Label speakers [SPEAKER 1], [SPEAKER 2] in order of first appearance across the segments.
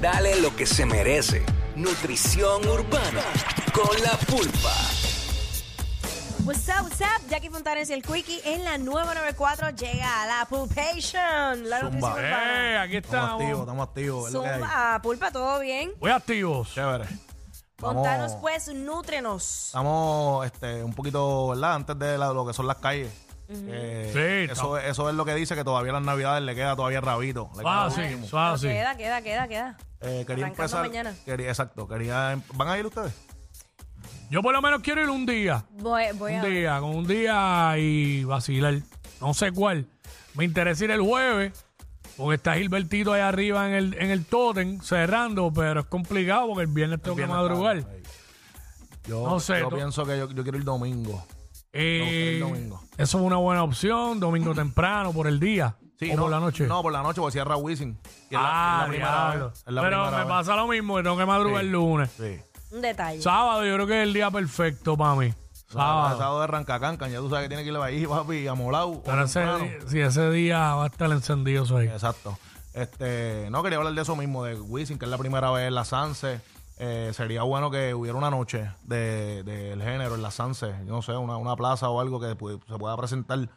[SPEAKER 1] Dale lo que se merece. Nutrición urbana con la pulpa.
[SPEAKER 2] What's up, what's up? Jackie Fontanes y el Quickie en la 994 llega a la Pulpation. La noticia
[SPEAKER 3] Zumba.
[SPEAKER 2] urbana.
[SPEAKER 4] ¡Eh! Aquí
[SPEAKER 3] Estamos
[SPEAKER 4] estamos.
[SPEAKER 3] activos, estamos activos. es lo que hay.
[SPEAKER 2] Zumba, Pulpa, ¿todo bien?
[SPEAKER 4] Voy activos.
[SPEAKER 3] Chévere. Vamos-
[SPEAKER 2] Contanos pues, nútrenos.
[SPEAKER 3] Estamos este, un poquito, ¿verdad? Antes de la- lo que son las calles. Eh,
[SPEAKER 4] Sí,
[SPEAKER 3] eso, es- eso es lo que dice que todavía las navidades le queda todavía rabito. Le queda lo
[SPEAKER 4] Fácil,
[SPEAKER 3] último.
[SPEAKER 2] Pero
[SPEAKER 4] fácil.
[SPEAKER 2] Queda, queda, queda, queda.
[SPEAKER 3] Eh, quería
[SPEAKER 2] Arrancando
[SPEAKER 3] empezar.
[SPEAKER 2] mañana.
[SPEAKER 3] quería- exacto. Quería, em- ¿Van a ir ustedes?
[SPEAKER 4] Yo por lo menos quiero ir un día.
[SPEAKER 2] Voy, voy
[SPEAKER 4] Un
[SPEAKER 2] a...
[SPEAKER 4] día, con un día y vacilar. No sé cuál. Me interesa ir el jueves. Porque está Gilbertito ahí arriba en el, en el tótem, cerrando, pero es complicado porque el viernes tengo
[SPEAKER 3] Viernes
[SPEAKER 4] que madrugar.
[SPEAKER 3] tarde, ahí. Yo,
[SPEAKER 4] No sé,
[SPEAKER 3] yo
[SPEAKER 4] tú-
[SPEAKER 3] pienso que yo, yo quiero ir domingo.
[SPEAKER 4] Eh,
[SPEAKER 3] No, el domingo.
[SPEAKER 4] eso es una buena opción, domingo temprano, por el día
[SPEAKER 3] Sí,
[SPEAKER 4] o
[SPEAKER 3] no,
[SPEAKER 4] por la noche.
[SPEAKER 3] No, por la noche, porque cierra Wisin. Y es la-
[SPEAKER 4] ah,
[SPEAKER 3] es la primera
[SPEAKER 4] diablo.
[SPEAKER 3] vez, es la
[SPEAKER 4] Pero
[SPEAKER 3] primera
[SPEAKER 4] me
[SPEAKER 3] vez.
[SPEAKER 4] pasa lo mismo, que tengo que madrugar el lunes.
[SPEAKER 3] Sí.
[SPEAKER 2] Un detalle.
[SPEAKER 4] Sábado yo creo que es el día perfecto para mí.
[SPEAKER 3] Sábado.
[SPEAKER 4] Sábado.
[SPEAKER 3] de Rancacancan, ya tú sabes que tiene que ir a ahí, papi, a Molao. o
[SPEAKER 4] Pero ese,
[SPEAKER 3] temprano.
[SPEAKER 4] di- si ese día va a estar encendido eso ahí.
[SPEAKER 3] Exacto. Este, no quería hablar de eso mismo, de Wisin, que es la primera vez en la Sanse. Eh, sería bueno que hubiera una noche de- del género en la Sanse, yo no sé, una, una plaza o algo que pu- se pueda presentar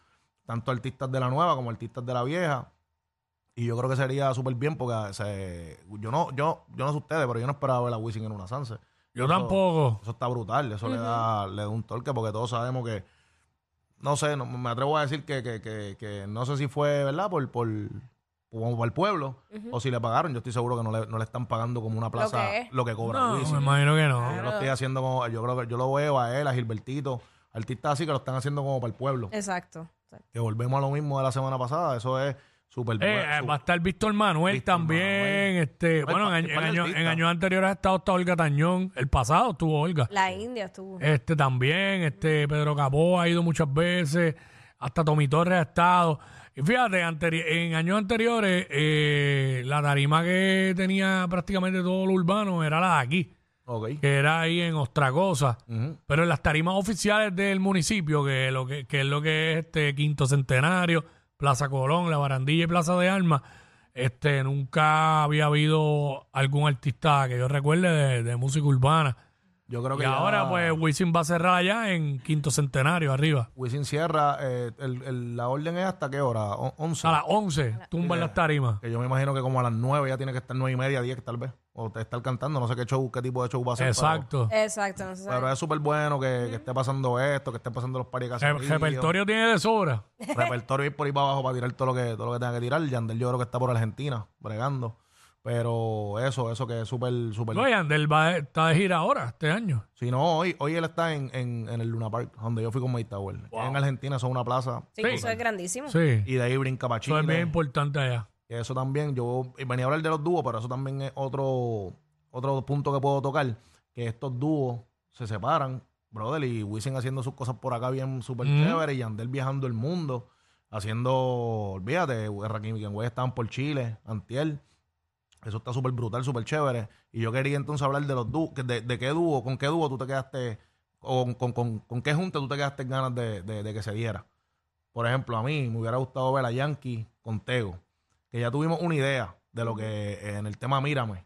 [SPEAKER 3] tanto artistas de la nueva como artistas de la vieja. Y yo creo que sería súper bien porque ah, se- yo no yo yo no sé ustedes, pero yo no esperaba ver a Wisin en una Sanse.
[SPEAKER 4] Yo tampoco.
[SPEAKER 3] Eso está brutal, eso le, da, le da un torque porque todos sabemos que, no sé, no, me atrevo a decir que, que, que, que no sé si fue, ¿verdad? Por, por, como por el pueblo o si le pagaron, yo estoy seguro que no le, no le están pagando como una plaza lo
[SPEAKER 2] que
[SPEAKER 3] que,
[SPEAKER 2] es.
[SPEAKER 3] cobra
[SPEAKER 4] No,
[SPEAKER 3] Luis.
[SPEAKER 4] me imagino que no. Eh,
[SPEAKER 3] Yo lo estoy haciendo como, yo creo que yo lo veo a él, a Gilbertito, artistas así que lo están haciendo como para el pueblo.
[SPEAKER 2] Exacto. exacto.
[SPEAKER 3] Que volvemos a lo mismo de la semana pasada, eso es súper
[SPEAKER 4] Eh, eh,
[SPEAKER 3] su-
[SPEAKER 4] va a estar Víctor Manuel
[SPEAKER 3] Víctor
[SPEAKER 4] también.
[SPEAKER 3] Manuel. Pues,
[SPEAKER 4] Este,
[SPEAKER 3] Hay
[SPEAKER 4] bueno,
[SPEAKER 3] pa-
[SPEAKER 4] en,
[SPEAKER 3] hay
[SPEAKER 4] en
[SPEAKER 3] par de
[SPEAKER 4] años,
[SPEAKER 3] artistas.
[SPEAKER 4] en años anteriores ha estado hasta Olga Tañón. El pasado estuvo Olga.
[SPEAKER 2] La India estuvo.
[SPEAKER 3] Eh.
[SPEAKER 4] Este también, este Pedro Capó ha ido muchas veces, hasta Tommy Torres ha estado. Y fíjate, anteri- en años anteriores, eh, la tarima que tenía prácticamente todo lo urbano era la de aquí,
[SPEAKER 3] Ok.
[SPEAKER 4] que era ahí en Ostracosa.
[SPEAKER 3] Ujú.
[SPEAKER 4] Pero en las tarimas oficiales del municipio, que, lo que, que es lo que es este Quinto Centenario, Plaza Colón, La Barandilla y Plaza de Armas, este, nunca había habido algún artista que yo recuerde de, de música urbana.
[SPEAKER 3] Yo creo que
[SPEAKER 4] Y
[SPEAKER 3] ya-
[SPEAKER 4] ahora, pues, Wisin va a cerrar allá en quinto centenario, arriba.
[SPEAKER 3] Wisin cierra, eh, el- el- la orden es hasta qué hora, O- 11.
[SPEAKER 4] A las 11 tumban las tarimas.
[SPEAKER 3] Que yo me imagino que como a las 9 ya tiene que estar 9 y media, 10 tal vez. O te estar cantando, no sé qué show, qué tipo de show va a ser.
[SPEAKER 4] Exacto.
[SPEAKER 2] Exacto, no se
[SPEAKER 3] Pero,
[SPEAKER 2] sabe.
[SPEAKER 3] pero es súper bueno que, que esté pasando esto, que estén pasando los paris de
[SPEAKER 4] El
[SPEAKER 3] caserío.
[SPEAKER 4] repertorio tiene de sobra.
[SPEAKER 3] Repertorio ir por ahí para abajo para tirar todo lo que, todo lo que tenga que tirar. Yandel yo creo que está por Argentina, bregando. Pero eso, eso que es súper, súper...
[SPEAKER 4] No, Yandel va de- está de gira ahora, este año.
[SPEAKER 3] Si no, hoy, hoy él está en, en, en el Luna Park, donde yo fui con Mike Tower. En Argentina, eso es una plaza.
[SPEAKER 2] Sí, que eso es grandísimo.
[SPEAKER 4] Sí,
[SPEAKER 3] Y de ahí brinca para
[SPEAKER 4] eso
[SPEAKER 3] Chile.
[SPEAKER 4] es bien importante allá.
[SPEAKER 3] Que Eso también, yo y venía a hablar de los dúos, pero eso también es otro, otro punto que puedo tocar, que estos dúos se separan, brother, y Wisin haciendo sus cosas por acá bien súper chévere, y Yandel viajando el mundo, haciendo, olvídate, Rakim y Kenway estaban por Chile, Antiel, eso está súper brutal, súper chévere, y yo quería entonces hablar de los dúos, que de, de qué dúo, con qué dúo tú te quedaste, o con, con, con- con qué junta tú te quedaste en ganas de, de- de que se diera. Por ejemplo, a mí me hubiera gustado ver a Yankee con Tego que ya tuvimos una idea de lo que eh, en el tema Mírame.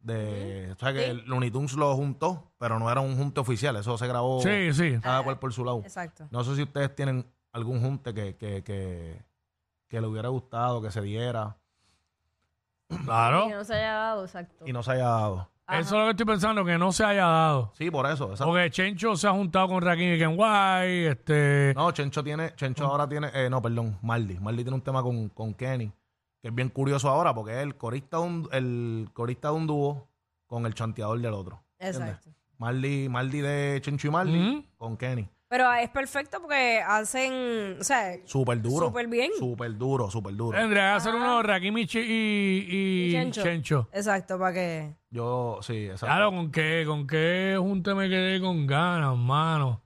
[SPEAKER 3] De, o sea,
[SPEAKER 2] Sí.
[SPEAKER 3] que el Looney Tunes lo juntó, pero no era un junte oficial. Eso se grabó
[SPEAKER 4] Sí, sí.
[SPEAKER 3] cada cual por su lado.
[SPEAKER 2] Exacto.
[SPEAKER 3] No sé si ustedes tienen algún junte que, que, que, que le hubiera gustado, que se diera
[SPEAKER 2] Y
[SPEAKER 4] Claro.
[SPEAKER 2] no se haya dado, exacto.
[SPEAKER 3] y no se haya dado.
[SPEAKER 4] Eso es lo que estoy pensando, que no se haya dado.
[SPEAKER 3] Sí, por eso. exacto.
[SPEAKER 4] Porque Chencho se ha juntado con Rakim y Kenway, este...
[SPEAKER 3] No, Chencho tiene, Chencho
[SPEAKER 4] Mm.
[SPEAKER 3] ahora tiene, eh, no, perdón, Marley. Marley tiene un tema con, con Kenny, que es bien curioso ahora, porque es el corista de un, el corista de un dúo con el chanteador del otro. ¿entiendes?
[SPEAKER 2] Exacto.
[SPEAKER 3] Marley, Marley de Chencho y Marley
[SPEAKER 4] Ujú.
[SPEAKER 3] con Kenny.
[SPEAKER 2] Pero es perfecto porque hacen, o sea,
[SPEAKER 3] Súper duro.
[SPEAKER 2] Súper bien.
[SPEAKER 3] Súper duro, súper duro.
[SPEAKER 4] Tendría que hacer uno Rakim y, Chi- y, y
[SPEAKER 2] Y Chencho.
[SPEAKER 4] Chencho.
[SPEAKER 2] exacto, para que...
[SPEAKER 3] Yo, sí, exacto.
[SPEAKER 4] Claro, ¿con qué? ¿Con qué junte me quedé con ganas, mano?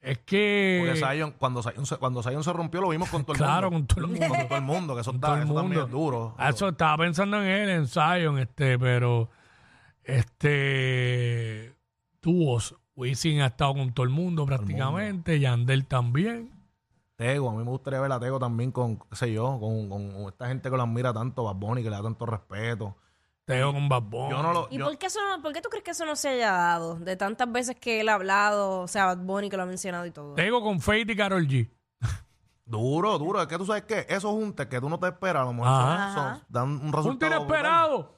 [SPEAKER 4] Es que...
[SPEAKER 3] Porque Zion, cuando, Zion se, cuando Zion se rompió, lo vimos con todo el
[SPEAKER 4] Claro,
[SPEAKER 3] mundo.
[SPEAKER 4] con todo el mundo.
[SPEAKER 3] Con todo el mundo, que eso, está,
[SPEAKER 4] todo el
[SPEAKER 3] eso también
[SPEAKER 4] mundo.
[SPEAKER 3] es duro.
[SPEAKER 4] Ah, Eso estaba pensando en él, en Zion, este, pero este dúos. Wisin ha estado con todo el mundo prácticamente, Yandel también.
[SPEAKER 3] Tego, a mí me gustaría ver a Tego también con, qué sé yo, con, con esta gente que lo admira tanto, Bad Bunny, que le da tanto respeto.
[SPEAKER 4] Tego con Bad Bunny.
[SPEAKER 3] Yo no lo.
[SPEAKER 2] ¿Y
[SPEAKER 3] yo-
[SPEAKER 2] por, qué eso no- por qué tú crees que eso no se haya dado? De tantas veces que él ha hablado, o sea, Bad Bunny que lo ha mencionado y todo.
[SPEAKER 4] Tego con Faith y Carol G.
[SPEAKER 3] Duro, duro. Es que tú sabes que esos juntes que tú no te esperas, a lo mejor
[SPEAKER 4] Ajá.
[SPEAKER 3] son- son- dan un resultado.
[SPEAKER 4] Un tiro
[SPEAKER 3] brutal.
[SPEAKER 4] esperado.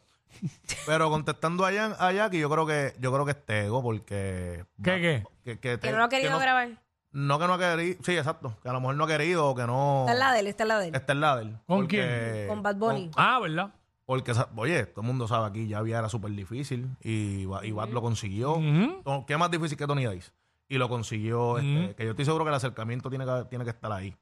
[SPEAKER 3] Pero contestando allá, allá que yo creo que yo creo que es Tego porque
[SPEAKER 4] ¿Qué, qué?
[SPEAKER 3] que,
[SPEAKER 2] Que
[SPEAKER 3] te-
[SPEAKER 2] no lo ha querido
[SPEAKER 3] que no-
[SPEAKER 2] grabar.
[SPEAKER 3] No que no ha querido, sí, exacto, que a lo mejor no ha querido o que no
[SPEAKER 2] Está en la de él, está en la de él.
[SPEAKER 3] Está en la de él.
[SPEAKER 4] ¿Con
[SPEAKER 3] porque-
[SPEAKER 2] Con Bad Bunny.
[SPEAKER 4] Ah, ¿verdad?
[SPEAKER 3] Porque, sa- oye, todo el mundo sabe aquí, ya había era súper difícil y, Ba- y Bad lo consiguió.
[SPEAKER 4] Ujú.
[SPEAKER 3] No, Oh, ¿Qué más difícil que Tony Dice? Y lo consiguió, este, que yo estoy seguro que el acercamiento tiene que, tiene que estar ahí.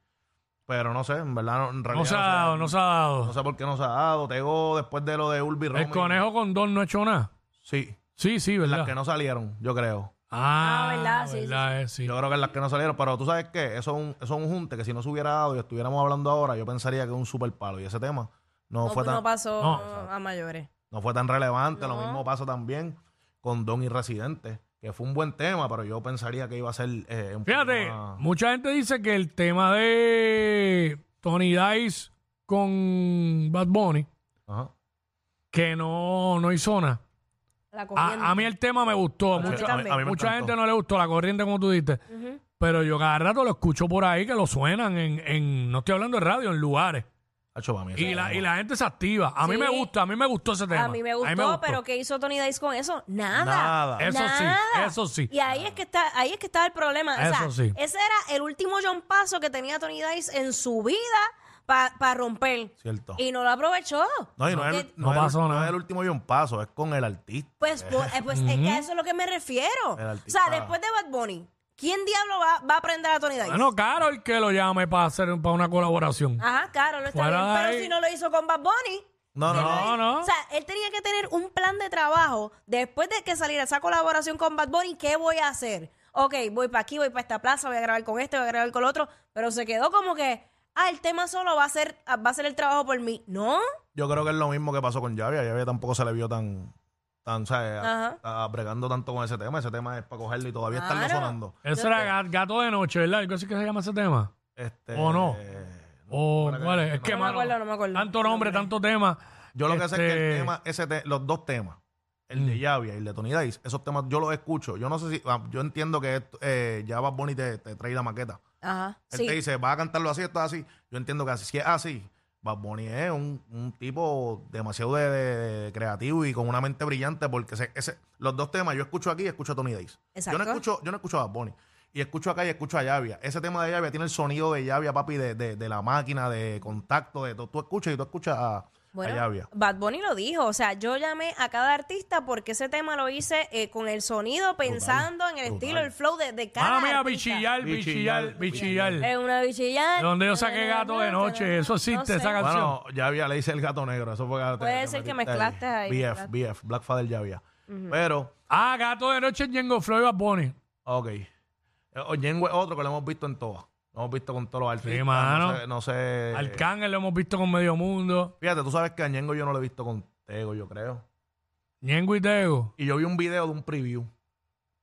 [SPEAKER 3] Pero no sé, en verdad, no- en realidad
[SPEAKER 4] No se ha dado, no se ha dado.
[SPEAKER 3] no sé por qué no se ha dado. Tego después de lo de Urbi
[SPEAKER 4] El
[SPEAKER 3] Romy.
[SPEAKER 4] conejo con dos no ha hecho nada.
[SPEAKER 3] Sí,
[SPEAKER 4] Sí, sí, ¿verdad?
[SPEAKER 3] las que no salieron, yo creo.
[SPEAKER 4] Ah,
[SPEAKER 2] Ah,
[SPEAKER 4] ¿verdad?
[SPEAKER 2] ¿verdad? Sí, sí,
[SPEAKER 4] es, sí.
[SPEAKER 3] Yo creo que las que no salieron, pero tú sabes que eso es un, eso es un junte que si no se hubiera dado y estuviéramos hablando ahora, yo pensaría que es un super palo. Y ese tema no,
[SPEAKER 2] No, pues
[SPEAKER 3] fue tan,
[SPEAKER 2] no pasó
[SPEAKER 4] No,
[SPEAKER 2] a mayores.
[SPEAKER 3] no fue tan relevante. Lo
[SPEAKER 2] No.
[SPEAKER 3] mismo pasa también con Don y Residente, que fue un buen tema, pero yo pensaría que iba a ser eh, un
[SPEAKER 4] Fíjate,
[SPEAKER 3] poco más-
[SPEAKER 4] mucha gente dice que el tema de Tony Dice con Bad Bunny,
[SPEAKER 3] Ajá.
[SPEAKER 4] que no, no hizo nada.
[SPEAKER 2] La cogiendo.
[SPEAKER 4] A, a mí el tema me gustó.
[SPEAKER 2] mí
[SPEAKER 4] Mucha,
[SPEAKER 2] también. A
[SPEAKER 3] mí me
[SPEAKER 4] mucha
[SPEAKER 3] encantó.
[SPEAKER 4] gente no le gustó la corriente, como tú diste.
[SPEAKER 2] Ujú.
[SPEAKER 4] Pero yo cada rato lo escucho por ahí que lo suenan en, en no estoy hablando de radio, en lugares.
[SPEAKER 3] Hacho, para mí ese
[SPEAKER 4] Y la,
[SPEAKER 3] tema.
[SPEAKER 4] y la gente se activa. A mí
[SPEAKER 2] Sí.
[SPEAKER 4] me gusta, a mí me gustó ese tema.
[SPEAKER 2] A mí me gustó, pero ¿qué hizo Tony Dice con eso? Nada.
[SPEAKER 3] Nada.
[SPEAKER 4] Eso sí,
[SPEAKER 2] Nada.
[SPEAKER 4] eso sí.
[SPEAKER 2] Y ahí es que está, ahí es que está el problema. O sea,
[SPEAKER 4] Eso sí.
[SPEAKER 2] Ese era el último John Paso que tenía Tony Dice en su vida para romper.
[SPEAKER 3] Cierto.
[SPEAKER 2] Y no lo aprovechó.
[SPEAKER 3] no, y no, es,
[SPEAKER 2] Porque-
[SPEAKER 3] el-
[SPEAKER 4] No
[SPEAKER 3] es el-
[SPEAKER 4] pasó
[SPEAKER 3] no
[SPEAKER 4] nada.
[SPEAKER 3] es el último y un paso, es con el artista.
[SPEAKER 2] Pues, po- eh, pues, es que a eso es lo que me refiero.
[SPEAKER 3] El
[SPEAKER 2] O
[SPEAKER 3] artista.
[SPEAKER 2] sea, después de Bad Bunny, ¿quién diablo va, va a aprender a Tony Dice?
[SPEAKER 4] Bueno, claro, el que lo llame para hacer para una colaboración.
[SPEAKER 2] Ajá, claro, lo está
[SPEAKER 4] Fuera
[SPEAKER 2] bien.
[SPEAKER 4] de
[SPEAKER 2] Pero
[SPEAKER 4] ahí.
[SPEAKER 2] si no lo hizo con Bad Bunny.
[SPEAKER 3] No, no,
[SPEAKER 4] No, no.
[SPEAKER 2] O sea, él tenía que tener un plan de trabajo después de que saliera esa colaboración con Bad Bunny. ¿Qué voy a hacer? Ok, voy para aquí, voy para esta plaza, voy a grabar con este, voy a grabar con el otro. Pero se quedó como que, ah, el tema solo va a ser, va a ser el trabajo por mí. No,
[SPEAKER 3] Yo creo que es lo mismo que pasó con Javi. A Javi tampoco se le vio tan, tan ¿sabes? A-
[SPEAKER 2] Ajá.
[SPEAKER 3] a- bregando tanto con ese tema. Ese tema es para cogerlo y todavía estarlo
[SPEAKER 2] Claro.
[SPEAKER 3] sonando.
[SPEAKER 4] Ese era Ga- Gato de Noche, ¿verdad? Algo así que se llama ese tema.
[SPEAKER 3] Este,
[SPEAKER 4] ¿O no?
[SPEAKER 3] eh,
[SPEAKER 4] O,
[SPEAKER 3] para que-
[SPEAKER 4] ¿cuál es? Es que,
[SPEAKER 2] no me
[SPEAKER 4] mano,
[SPEAKER 2] acuerdo, no me acuerdo.
[SPEAKER 4] tanto nombre, tanto tema.
[SPEAKER 3] Yo lo que sé es que el
[SPEAKER 4] Este, Mm.
[SPEAKER 3] tema, ese te- los dos temas, el de Llavia y el de Tony Dice, esos temas yo los escucho. Yo no sé si, ah, yo entiendo que esto, eh, ya Bad Bunny te, te trae la maqueta.
[SPEAKER 2] Ajá,
[SPEAKER 3] Él
[SPEAKER 2] sí.
[SPEAKER 3] te dice, vas a cantarlo así, esto es así. Yo entiendo que así, si es así, Bad Bunny es un, un tipo demasiado de, de- de creativo y con una mente brillante porque ese- ese- los dos temas yo escucho aquí y escucho a Tony Dice. Yo no
[SPEAKER 2] Exacto.
[SPEAKER 3] escucho, yo no escucho a Bad Bunny. Y escucho acá y escucho a Llavia. Ese tema de Llavia tiene el sonido de Llavia, papi, de, de- de la máquina, de contacto, de todo. Tú escuchas y tú escuchas a, a
[SPEAKER 2] Bueno,
[SPEAKER 3] Llavia.
[SPEAKER 2] Bad Bunny lo dijo, o sea, yo llamé a cada artista porque ese tema lo hice eh, con el sonido, pensando en el
[SPEAKER 3] brutal.
[SPEAKER 2] estilo, el flow de, de cada
[SPEAKER 4] Mami, a
[SPEAKER 2] artista.
[SPEAKER 4] bichillar, bichillar,
[SPEAKER 3] Bichillar,
[SPEAKER 4] bichillar.
[SPEAKER 2] Es una bichillar.
[SPEAKER 4] De donde yo saqué gato de noche. Eso existe, esa canción.
[SPEAKER 3] Bueno, Javia le dice el gato negro. Eso fue que te-
[SPEAKER 2] Puede
[SPEAKER 3] te
[SPEAKER 2] ser que
[SPEAKER 3] metiste
[SPEAKER 2] mezclaste ahí,
[SPEAKER 3] BF,
[SPEAKER 2] mezclaste.
[SPEAKER 3] BF, Black Father Javia. Pero,
[SPEAKER 4] Ah, Gato de Noche, Django Floyd y Bad
[SPEAKER 3] Eh.
[SPEAKER 4] Bunny.
[SPEAKER 3] ok. Yengue es otro que lo hemos visto en todas. Lo hemos visto con todos los artistas.
[SPEAKER 4] mano.
[SPEAKER 3] No sé. no sé-
[SPEAKER 4] Arcángel lo hemos visto con Medio Mundo.
[SPEAKER 3] Fíjate, tú sabes que a Yengo yo no lo he visto con Tego, yo creo.
[SPEAKER 4] Ñengo y Tego.
[SPEAKER 3] Y yo vi un video de un preview.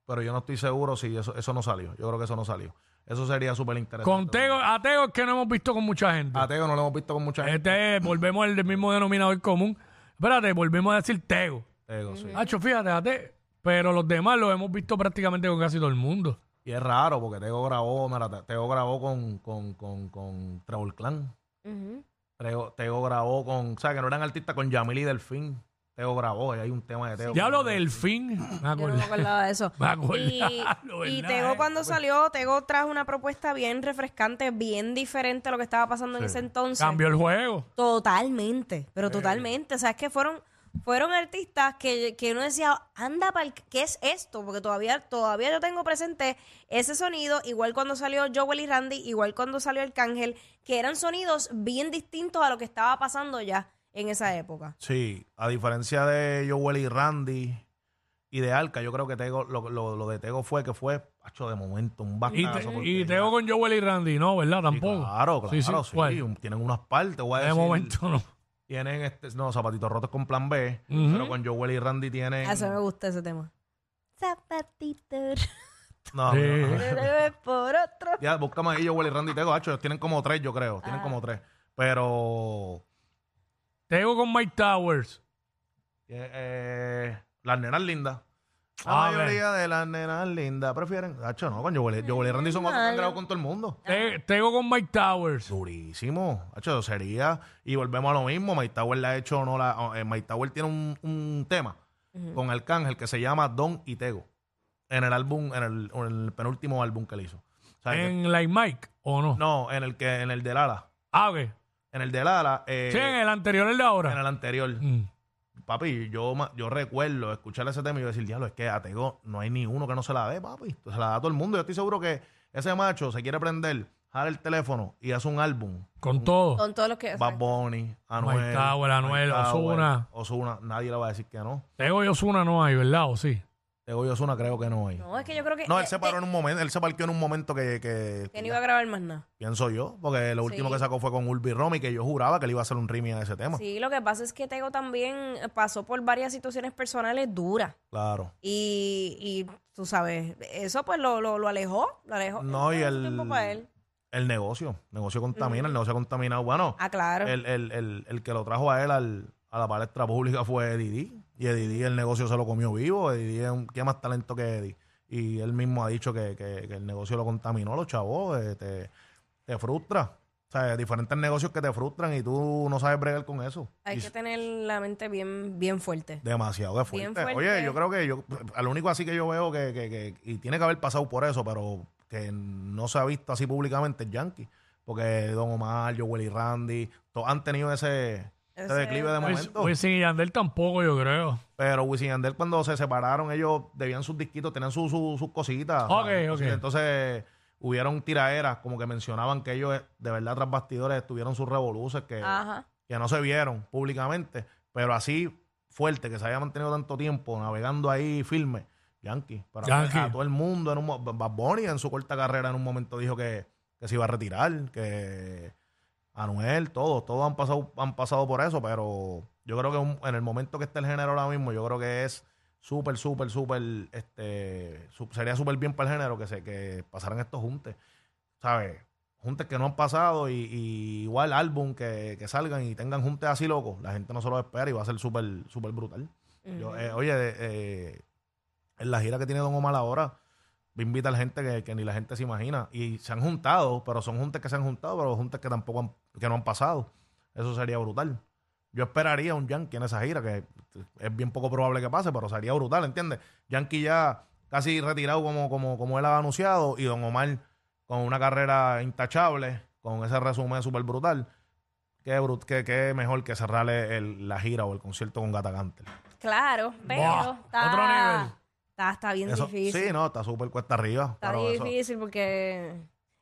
[SPEAKER 3] Pero yo no estoy seguro si eso, eso no salió. Yo creo que eso no salió. Eso sería súper interesante.
[SPEAKER 4] Con Tego, a Tego es que no hemos visto con mucha gente.
[SPEAKER 3] A Tego no lo hemos visto con mucha gente.
[SPEAKER 4] Este es- volvemos al mismo denominador común. Espérate, volvemos a decir Tego.
[SPEAKER 3] Tego, sí.
[SPEAKER 4] Hacho, fíjate, a Te- Pero los demás los hemos visto prácticamente con casi todo el mundo.
[SPEAKER 3] Y es raro porque Tego grabó, mira, Tego grabó con, con, con, con Trevor Clan.
[SPEAKER 2] Ujú.
[SPEAKER 3] Tego, Tego grabó con, o sea, que no eran artistas con Yamil y Delfín. Teo grabó, y hay un tema de Teo.
[SPEAKER 4] Ya hablo del fin. Me
[SPEAKER 2] Yo no
[SPEAKER 4] acuerdo.
[SPEAKER 2] me acordaba de eso.
[SPEAKER 4] Me acuerdo,
[SPEAKER 2] Y,
[SPEAKER 4] lo
[SPEAKER 2] y
[SPEAKER 4] verdad,
[SPEAKER 2] Tego
[SPEAKER 4] eh.
[SPEAKER 2] cuando salió, Tego trajo una propuesta bien refrescante, bien diferente a lo que estaba pasando en ese entonces.
[SPEAKER 4] Pues, Cambió el juego.
[SPEAKER 2] Totalmente, pero totalmente. O sea, es que fueron, fueron artistas que, que uno decía, anda, pa'l c- ¿qué es esto? Porque todavía, todavía yo tengo presente ese sonido, igual cuando salió Joel y Randy, igual cuando salió Arcángel, que eran sonidos bien distintos a lo que estaba pasando ya en esa época.
[SPEAKER 3] Sí, a diferencia de Joel y Randy y de Alca, yo creo que Tego, lo, lo- lo de Tego fue que fue, hacho, de momento, un
[SPEAKER 4] Y,
[SPEAKER 3] batazo.
[SPEAKER 4] te-
[SPEAKER 3] Ah, porque
[SPEAKER 4] y
[SPEAKER 3] ya-
[SPEAKER 4] Tego con Joel y Randy, no, ¿verdad?
[SPEAKER 3] Sí,
[SPEAKER 4] Tampoco.
[SPEAKER 3] Claro, claro,
[SPEAKER 4] Sí, sí, ¿cuál?
[SPEAKER 3] sí, tienen unas partes, voy a
[SPEAKER 4] De
[SPEAKER 3] decir,
[SPEAKER 4] momento no.
[SPEAKER 3] Tienen, este, no, zapatitos rotos con plan B,
[SPEAKER 4] Ujú.
[SPEAKER 3] pero con Joel y Randy tienen...
[SPEAKER 2] Ah, Eso me gusta ese tema. Zapatito
[SPEAKER 3] No,
[SPEAKER 4] Sí.
[SPEAKER 3] no, no.
[SPEAKER 2] por otro.
[SPEAKER 3] Ya, búscame ahí Joel y Randy y Tego, hacho, ellos tienen como tres, yo creo,
[SPEAKER 2] Ah.
[SPEAKER 3] tienen como tres. Pero
[SPEAKER 4] Tego con Mike Towers.
[SPEAKER 3] Eh, eh, las nenas lindas. La
[SPEAKER 4] A ver.
[SPEAKER 3] mayoría de las nenas lindas prefieren. Hacho, no, con Yo y Randy son otros que han grabado con todo el mundo.
[SPEAKER 2] Ah.
[SPEAKER 4] Te- Tego con Mike Towers.
[SPEAKER 3] Durísimo. Hacho, sería. Y volvemos a lo mismo. Mike Tower la ha hecho. No la, eh, Mike Tower tiene un, un tema con Arcángel que se llama Don y Tego. En el álbum, en el, en el penúltimo álbum que le hizo. O sea, que-
[SPEAKER 4] En Like Mike, ¿o no?
[SPEAKER 3] no, en el que, en el de Lala.
[SPEAKER 4] Ah, ok.
[SPEAKER 3] En el de Lala, eh,
[SPEAKER 4] Sí, en el anterior, el de ahora.
[SPEAKER 3] en el anterior.
[SPEAKER 4] Mm.
[SPEAKER 3] Papi, yo, ma- yo recuerdo escuchar ese tema y yo decir, diablo, es que a Tego no hay ni uno que no se la dé, papi. Se la da a todo el mundo. Yo estoy seguro que ese macho se quiere prender, jala el teléfono y hace un álbum
[SPEAKER 4] Con todo.
[SPEAKER 2] Con todos los que.
[SPEAKER 3] Bad Bunny, Anuel.
[SPEAKER 4] Mike Tower, Anuel,
[SPEAKER 3] Mike Tower,
[SPEAKER 4] Ozuna.
[SPEAKER 3] Ozuna, nadie le va a decir que no.
[SPEAKER 4] Tego y Osuna no hay, ¿verdad? ¿O sí?
[SPEAKER 3] Tego y Ozuna creo que no hay. No,
[SPEAKER 2] No, es que yo creo que.
[SPEAKER 3] él
[SPEAKER 2] eh,
[SPEAKER 3] se paró en un momento, él se parqueó en un momento que, que-
[SPEAKER 2] que- que no iba a grabar más nada.
[SPEAKER 3] pienso yo, porque lo último
[SPEAKER 2] Sí.
[SPEAKER 3] que sacó fue con Ulvi Romy, que yo juraba que le iba a hacer un remix a ese tema.
[SPEAKER 2] Sí, lo que pasa es que Tego también pasó por varias situaciones personales duras.
[SPEAKER 3] Claro.
[SPEAKER 2] Y, y tú sabes, eso pues lo, lo, lo alejó. Lo alejó.
[SPEAKER 3] No, y
[SPEAKER 2] Eso es
[SPEAKER 3] el-
[SPEAKER 2] tiempo para él.
[SPEAKER 3] El negocio, negocio contamina, el negocio contaminado. Bueno,
[SPEAKER 2] Ah, claro.
[SPEAKER 3] el, el- el- el que lo trajo a él al- a la palestra pública fue Didi. Y Didi el negocio se lo comió vivo. Didi es un, tiene más talento que Eddie. Y él mismo ha dicho que, que- que el negocio lo contaminó, los chavos. eh, te, te frustra. O sea, diferentes negocios que te frustran y tú no sabes bregar con eso.
[SPEAKER 2] Hay
[SPEAKER 3] Y
[SPEAKER 2] que tener la mente bien, bien fuerte.
[SPEAKER 3] Demasiado de
[SPEAKER 2] Bien
[SPEAKER 3] fuerte.
[SPEAKER 2] fuerte.
[SPEAKER 3] Eh, Oye, yo creo que yo, al único así que yo veo que, que- que- y tiene que haber pasado por eso, pero que no se ha visto así públicamente el Yankee. Porque Don Omar, Joel y Randy, todos han tenido ese, ese
[SPEAKER 2] Ese-
[SPEAKER 3] declive de
[SPEAKER 2] Pues-
[SPEAKER 4] Wis-
[SPEAKER 3] momento.
[SPEAKER 4] Wisin y Yandel tampoco, yo creo.
[SPEAKER 3] Pero Wisin y Yandel cuando se separaron, ellos debían sus disquitos, tenían su- su- sus cositas.
[SPEAKER 4] Ok,
[SPEAKER 3] ¿sabes?
[SPEAKER 4] ok.
[SPEAKER 3] Entonces hubieron tiraderas, como que mencionaban que ellos eh, de verdad tras bastidores tuvieron sus revoluces que,
[SPEAKER 2] Ajá.
[SPEAKER 3] que no se vieron públicamente, pero así fuerte, que se haya mantenido tanto tiempo navegando ahí firme. Yankee, para
[SPEAKER 4] Yankee.
[SPEAKER 3] a todo el mundo. En un, mo- Bad Bunny en su corta carrera en un momento dijo que, que se iba a retirar, que Anuel, todos, todos han pasado, han pasado por eso, pero yo creo que un- en el momento que está el género ahora mismo, yo creo que es súper, súper, súper, este, su- sería súper bien para el género que, se, que pasaran estos juntes, ¿sabes? Juntes que no han pasado y, y igual álbum que, que salgan y tengan juntes así locos, la gente no se lo espera y va a ser súper, súper brutal. Yo, eh, oye, eh, en la gira que tiene Don Omar ahora, invita a la gente que, que ni la gente se imagina. Y se han juntado, pero son juntas que se han juntado, pero juntas que tampoco han, que no han pasado. Eso sería brutal. Yo esperaría un Yankee en esa gira, que es bien poco probable que pase, pero sería brutal, ¿entiendes? Yankee ya casi retirado como, como, como él había anunciado, y Don Omar con una carrera intachable, con ese resumen súper brutal. Qué, brut- qué, qué mejor que cerrar el- la gira o el concierto con Gata Cantel.
[SPEAKER 2] Claro, pero
[SPEAKER 4] Buah,
[SPEAKER 2] está,
[SPEAKER 4] otro nivel.
[SPEAKER 2] Está, está bien
[SPEAKER 3] Eso-
[SPEAKER 2] difícil.
[SPEAKER 3] Sí, no, está súper cuesta arriba.
[SPEAKER 2] está
[SPEAKER 3] pero eso-
[SPEAKER 2] difícil porque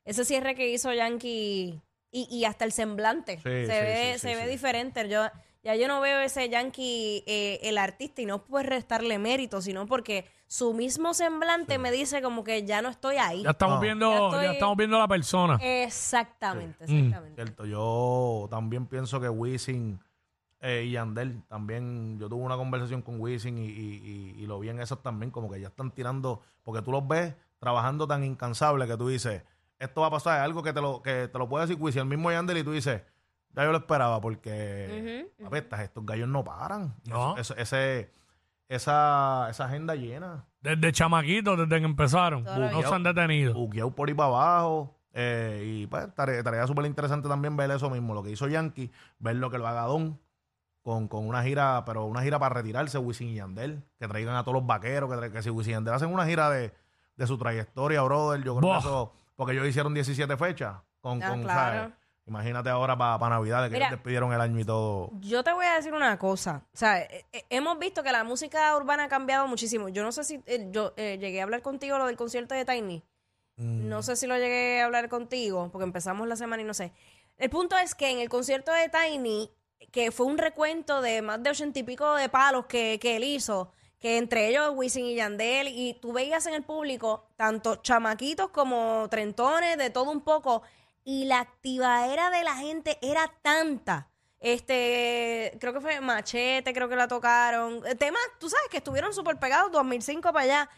[SPEAKER 2] ese cierre que hizo Yankee y, y hasta el semblante
[SPEAKER 3] Sí,
[SPEAKER 2] se
[SPEAKER 3] sí,
[SPEAKER 2] ve,
[SPEAKER 3] sí,
[SPEAKER 2] se
[SPEAKER 3] sí,
[SPEAKER 2] ve
[SPEAKER 3] sí.
[SPEAKER 2] diferente. Yo, ya yo no veo ese Yankee eh, el artista y no por restarle mérito, sino porque su mismo semblante me dice como que ya no estoy ahí.
[SPEAKER 4] Ya estamos
[SPEAKER 3] No.
[SPEAKER 4] viendo,
[SPEAKER 2] Ya
[SPEAKER 4] ya,
[SPEAKER 2] estoy-
[SPEAKER 4] estamos viendo a la persona.
[SPEAKER 2] Exactamente,
[SPEAKER 4] Sí. Mm.
[SPEAKER 2] exactamente.
[SPEAKER 3] Cierto, yo también pienso que Wisin eh, y Yandel también, yo tuve una conversación con Wisin y, y- y- y lo vi en esas también, como que ya están tirando, porque tú los ves trabajando tan incansable que tú dices, esto va a pasar, es algo que te lo, que te lo puede decir Wisin, el mismo Yandel, y tú dices, ya yo lo esperaba porque,
[SPEAKER 2] Ujú,
[SPEAKER 3] papi, estas- estos gallos no paran.
[SPEAKER 4] No.
[SPEAKER 3] Eso- ese, esa, esa agenda llena.
[SPEAKER 4] Desde chamaquitos, desde que empezaron.
[SPEAKER 2] Toda la
[SPEAKER 4] No
[SPEAKER 3] vida.
[SPEAKER 4] se han detenido.
[SPEAKER 3] buqueado por ahí para abajo. eh, y pues tarea, tarea súper interesante también ver eso mismo, lo que hizo Yankee, ver lo que lo haga Don con, con una gira, pero una gira para retirarse, Wisin y Yandel, que traigan a todos los vaqueros, que, tra- que si Wisin y Yandel hacen una gira de, de su trayectoria, brother, yo creo
[SPEAKER 4] Buah.
[SPEAKER 3] que eso, porque ellos hicieron 17 fechas con,
[SPEAKER 2] Ah,
[SPEAKER 3] con,
[SPEAKER 2] claro.
[SPEAKER 3] ¿sabes? Imagínate ahora para Navidad, que
[SPEAKER 2] Mira.
[SPEAKER 3] ellos despidieron el año y todo.
[SPEAKER 2] Yo te voy a decir una cosa. O sea, eh, eh, hemos visto que la música urbana ha cambiado muchísimo. Yo no sé si eh, yo eh, llegué a hablar contigo lo del concierto de Tiny.
[SPEAKER 3] Mm.
[SPEAKER 2] No sé si lo llegué a hablar contigo, porque empezamos la semana y no sé. El punto es que en el concierto de Tiny, que fue un recuento de más de ochenta y pico de palos que, que él hizo, que entre ellos Wisin y Yandel, y tú veías en el público tanto chamaquitos como trentones, de todo un poco, y la activadera de la gente era tanta. Este, creo que fue Machete, creo que la tocaron. Eh, Temas, tú sabes, que estuvieron súper pegados 2005 para allá.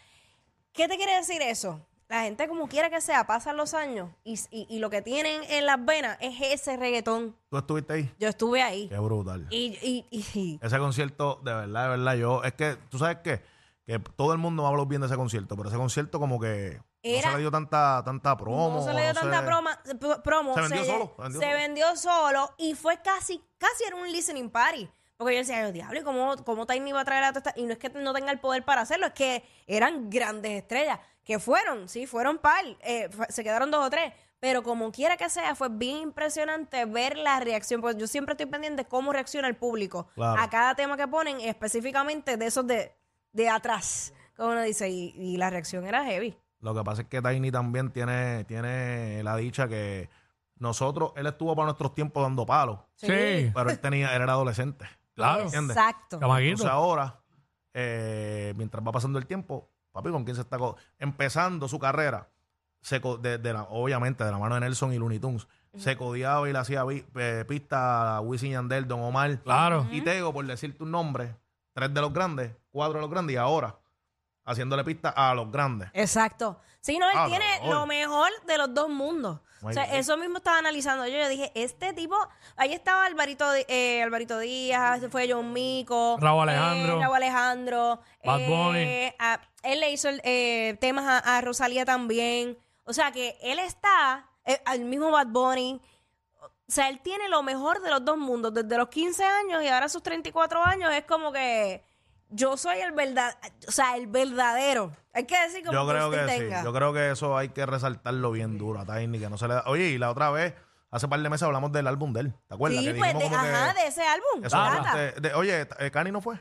[SPEAKER 2] ¿Qué te quiere decir eso? la gente como quiera que sea, pasan los años y, y- y lo que tienen en las venas es ese reggaetón.
[SPEAKER 3] ¿Tú estuviste ahí?
[SPEAKER 2] Yo estuve ahí.
[SPEAKER 3] Qué brutal.
[SPEAKER 2] Y, y- y-
[SPEAKER 3] Ese concierto, de verdad, de verdad, yo, es que, ¿tú sabes qué? Que todo el mundo habla bien de ese concierto, pero ese concierto como que no
[SPEAKER 2] Era-
[SPEAKER 3] se le dio tanta, tanta promo.
[SPEAKER 2] no se le dio
[SPEAKER 3] no
[SPEAKER 2] tanta
[SPEAKER 3] sé.
[SPEAKER 2] broma- pro- promo.
[SPEAKER 3] Se vendió solo, se vendió
[SPEAKER 2] se
[SPEAKER 3] solo.
[SPEAKER 2] vendió solo y fue casi, casi era un listening party. Porque yo decía, "Ay, diablo, ¿y cómo, cómo Tiny va a traer a toda esta-?" Y no es que no tenga el poder para hacerlo, es que eran grandes estrellas. Que fueron, sí, fueron par. eh, fue- se quedaron dos o tres. Pero como quiera que sea, fue bien impresionante ver la reacción. Pues yo siempre estoy pendiente de cómo reacciona el público
[SPEAKER 3] Claro.
[SPEAKER 2] a cada tema que ponen, específicamente de esos de, de atrás, como uno dice. Y, y la reacción era heavy.
[SPEAKER 3] Lo que pasa es que Tiny también tiene, tiene la dicha que nosotros, él estuvo para nuestros tiempos dando palos,
[SPEAKER 4] Sí,
[SPEAKER 2] Sí.
[SPEAKER 3] pero él tenía, él era adolescente.
[SPEAKER 4] claro.
[SPEAKER 3] ¿Entiendes?
[SPEAKER 2] Exacto.
[SPEAKER 4] Chamaquito.
[SPEAKER 3] Entonces ahora, eh, mientras va pasando el tiempo, papi, ¿con quién se está co- empezando su carrera? Se co- de, de la, obviamente, de la mano de Nelson y Looney Tunes. Se codiaba y le hacía vi- eh, pista a Wisin Yandel, Don Omar
[SPEAKER 4] claro.
[SPEAKER 3] y Tego, por decir tu nombre. Tres de los grandes, cuatro de los grandes y ahora haciéndole pista a los grandes.
[SPEAKER 2] Exacto. Sí, no, él
[SPEAKER 3] Ah,
[SPEAKER 2] tiene
[SPEAKER 3] no,
[SPEAKER 2] lo mejor de los dos mundos.
[SPEAKER 3] Muy
[SPEAKER 2] o sea,
[SPEAKER 3] bien.
[SPEAKER 2] eso mismo estaba analizando yo. Yo dije, este tipo, ahí estaba Alvarito, Di- eh, Alvarito Díaz, fue John Mico,
[SPEAKER 4] Raúl Alejandro.
[SPEAKER 2] eh, Raúl Alejandro,
[SPEAKER 4] Bad
[SPEAKER 2] eh,
[SPEAKER 4] Bunny.
[SPEAKER 2] a- él le hizo el, eh, temas a, a Rosalía también. O sea, que él está, eh, al mismo Bad Bunny. O sea, él tiene lo mejor de los dos mundos. Desde los 15 años y ahora a sus 34 años es como que yo soy el verdad, o sea, el verdadero. Hay que decir como
[SPEAKER 3] Yo creo que
[SPEAKER 2] usted
[SPEAKER 3] sí. Yo creo que eso hay que resaltarlo bien duro a Tiny, que no se le da. Oye, y la otra vez, hace par de meses hablamos del álbum de él. ¿Te acuerdas?
[SPEAKER 2] sí,
[SPEAKER 3] que
[SPEAKER 2] pues,
[SPEAKER 3] dijimos
[SPEAKER 2] de,
[SPEAKER 3] como que
[SPEAKER 2] ajá, de ese álbum.
[SPEAKER 3] eso
[SPEAKER 2] Plata.
[SPEAKER 3] hablaste de- oye, eh, Cani no fue.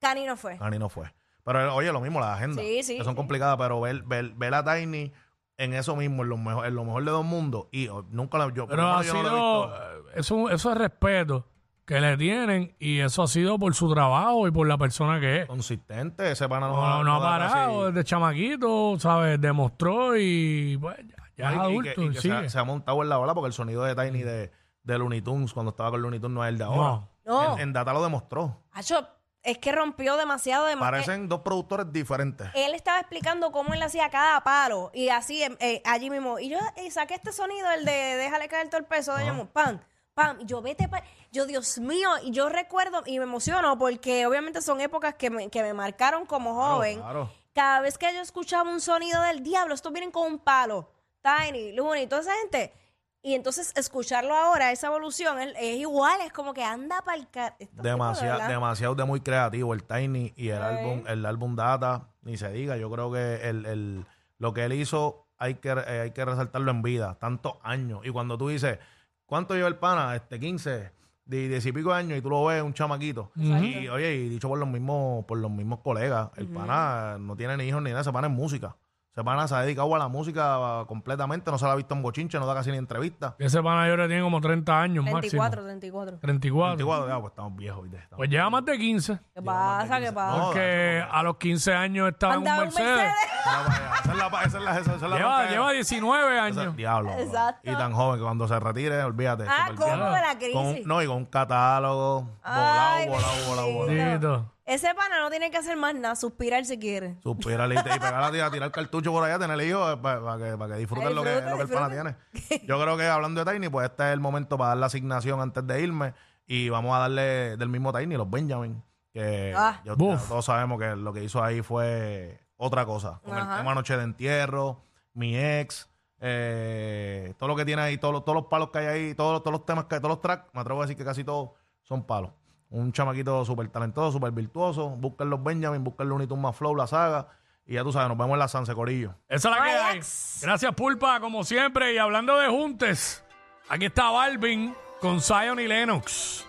[SPEAKER 2] Cani no fue.
[SPEAKER 3] Cani no fue. Pero eh, oye, lo mismo, las agendas.
[SPEAKER 2] Sí, sí,
[SPEAKER 3] que son
[SPEAKER 2] sí.
[SPEAKER 3] complicadas, pero ver, ver, ver a Tiny en eso mismo, en lo mejor, en lo mejor de dos mundos. Y oh, nunca la, yo, por lo
[SPEAKER 4] Pero ha
[SPEAKER 3] menos yo no lo he
[SPEAKER 4] sido,
[SPEAKER 3] visto.
[SPEAKER 4] eh, eso, eso es respeto que le tienen y eso ha sido por su trabajo y por la persona que es.
[SPEAKER 3] consistente. Ese pana
[SPEAKER 4] No, no, ha
[SPEAKER 3] da casi-
[SPEAKER 4] parado desde chamaquito, ¿sabes? Demostró y pues, ya, ya
[SPEAKER 3] Y-
[SPEAKER 4] es
[SPEAKER 3] y
[SPEAKER 4] adulto.
[SPEAKER 3] que- y
[SPEAKER 4] y
[SPEAKER 3] que se,
[SPEAKER 4] sigue. Mm.
[SPEAKER 3] ha, se ha montado en la ola porque el sonido de Tiny de, de Looney Tunes, cuando estaba con Looney Tunes, no es el de ahora.
[SPEAKER 2] No.
[SPEAKER 3] En, en Data lo demostró.
[SPEAKER 2] Acho, es que rompió demasiado de
[SPEAKER 3] Parecen dos productores diferentes.
[SPEAKER 2] él estaba explicando cómo él hacía cada palo y así em, eh, allí mismo. Y yo eh, saqué este sonido, el de déjale caer todo el peso de Yomo, pam, pam. Y yo vete pa- Yo, Dios mío, y yo recuerdo y me emociono porque obviamente son épocas que me, que me marcaron como joven.
[SPEAKER 3] claro.
[SPEAKER 2] Cada vez que yo escuchaba un sonido del diablo, estos vienen con un palo. Tiny, Looney, toda esa gente. Y entonces escucharlo ahora, esa evolución, es, es igual, es como que anda para el
[SPEAKER 3] Demasiado, demasiado de muy creativo el Tiny y el
[SPEAKER 2] Ay.
[SPEAKER 3] álbum, el álbum Data, ni se diga. Yo creo que el, el- lo que él hizo hay que, eh, hay que resaltarlo en vida, tantos años. Y cuando tú dices, ¿cuánto lleva el pana? Este 15, de- 10 y pico de años, y tú lo ves un chamaquito. Y oye, y dicho por los mismos, por los mismos colegas, el pana no tiene ni hijos ni nada, se pana en música. Se pana se ha dedicado a la música completamente, no se la ha visto en bochinche, no da casi ni entrevista.
[SPEAKER 4] Ese panadero tiene como 30 años
[SPEAKER 2] 34,
[SPEAKER 4] máximo.
[SPEAKER 2] 34.
[SPEAKER 4] 34.
[SPEAKER 3] 24, ya, pues estamos viejos. ¿viste? Estamos-
[SPEAKER 4] Pues lleva más de 15.
[SPEAKER 2] ¿Qué pasa? ¿Qué pasa?
[SPEAKER 3] No,
[SPEAKER 4] Porque a los 15 años estaba en un
[SPEAKER 2] Andaba
[SPEAKER 4] Mercedes.
[SPEAKER 3] Mira para allá. Esa es la, esa es la, esa es la
[SPEAKER 4] Lleva,
[SPEAKER 3] ronca-
[SPEAKER 4] lleva 19
[SPEAKER 3] esa-
[SPEAKER 4] años.
[SPEAKER 3] diablo. bro.
[SPEAKER 2] Exacto.
[SPEAKER 3] Y tan joven que cuando se retire, olvídate.
[SPEAKER 2] Ah,
[SPEAKER 3] se
[SPEAKER 2] ¿cómo
[SPEAKER 3] olvida.
[SPEAKER 2] de la crisis?
[SPEAKER 3] Con un- no, y con un catálogo. Volado,
[SPEAKER 2] Ay,
[SPEAKER 3] volado, volado, volado.
[SPEAKER 2] bendito.
[SPEAKER 4] Bendito.
[SPEAKER 2] Ese pana no tiene que hacer más nada, suspirar si quiere.
[SPEAKER 3] Suspírale y, te- y pegar a tirar, tirar cartucho por allá, tener hijos para que, pa que disfruten
[SPEAKER 2] Ay,
[SPEAKER 3] lo, que,
[SPEAKER 2] disfruta,
[SPEAKER 3] lo que el pana tiene. Yo creo que hablando de Tiny, pues este es el momento para dar la asignación antes de irme. Y vamos a darle del mismo Tiny, los Benjamin. Que
[SPEAKER 2] Ah.
[SPEAKER 3] yo-
[SPEAKER 4] Buf.
[SPEAKER 3] todos sabemos que lo que hizo ahí fue otra cosa. Con
[SPEAKER 2] Ajá.
[SPEAKER 3] el tema Noche de Entierro, mi ex. eh, todo lo que tiene ahí, todos los, todos los palos que hay ahí, todos, los- todos los temas que todos los tracks, me atrevo a decir que casi todos son palos. Un chamaquito súper talentoso, súper virtuoso. Busquen los Benjamin, busquen los Looney Tunes más Flow, la saga. Y ya tú sabes, nos vemos en la Sanse Corillo.
[SPEAKER 4] Esa es la que hay.
[SPEAKER 2] Relax.
[SPEAKER 4] Gracias, Pulpa, como siempre. Y hablando de juntes, aquí está Balvin con Zion y Lennox.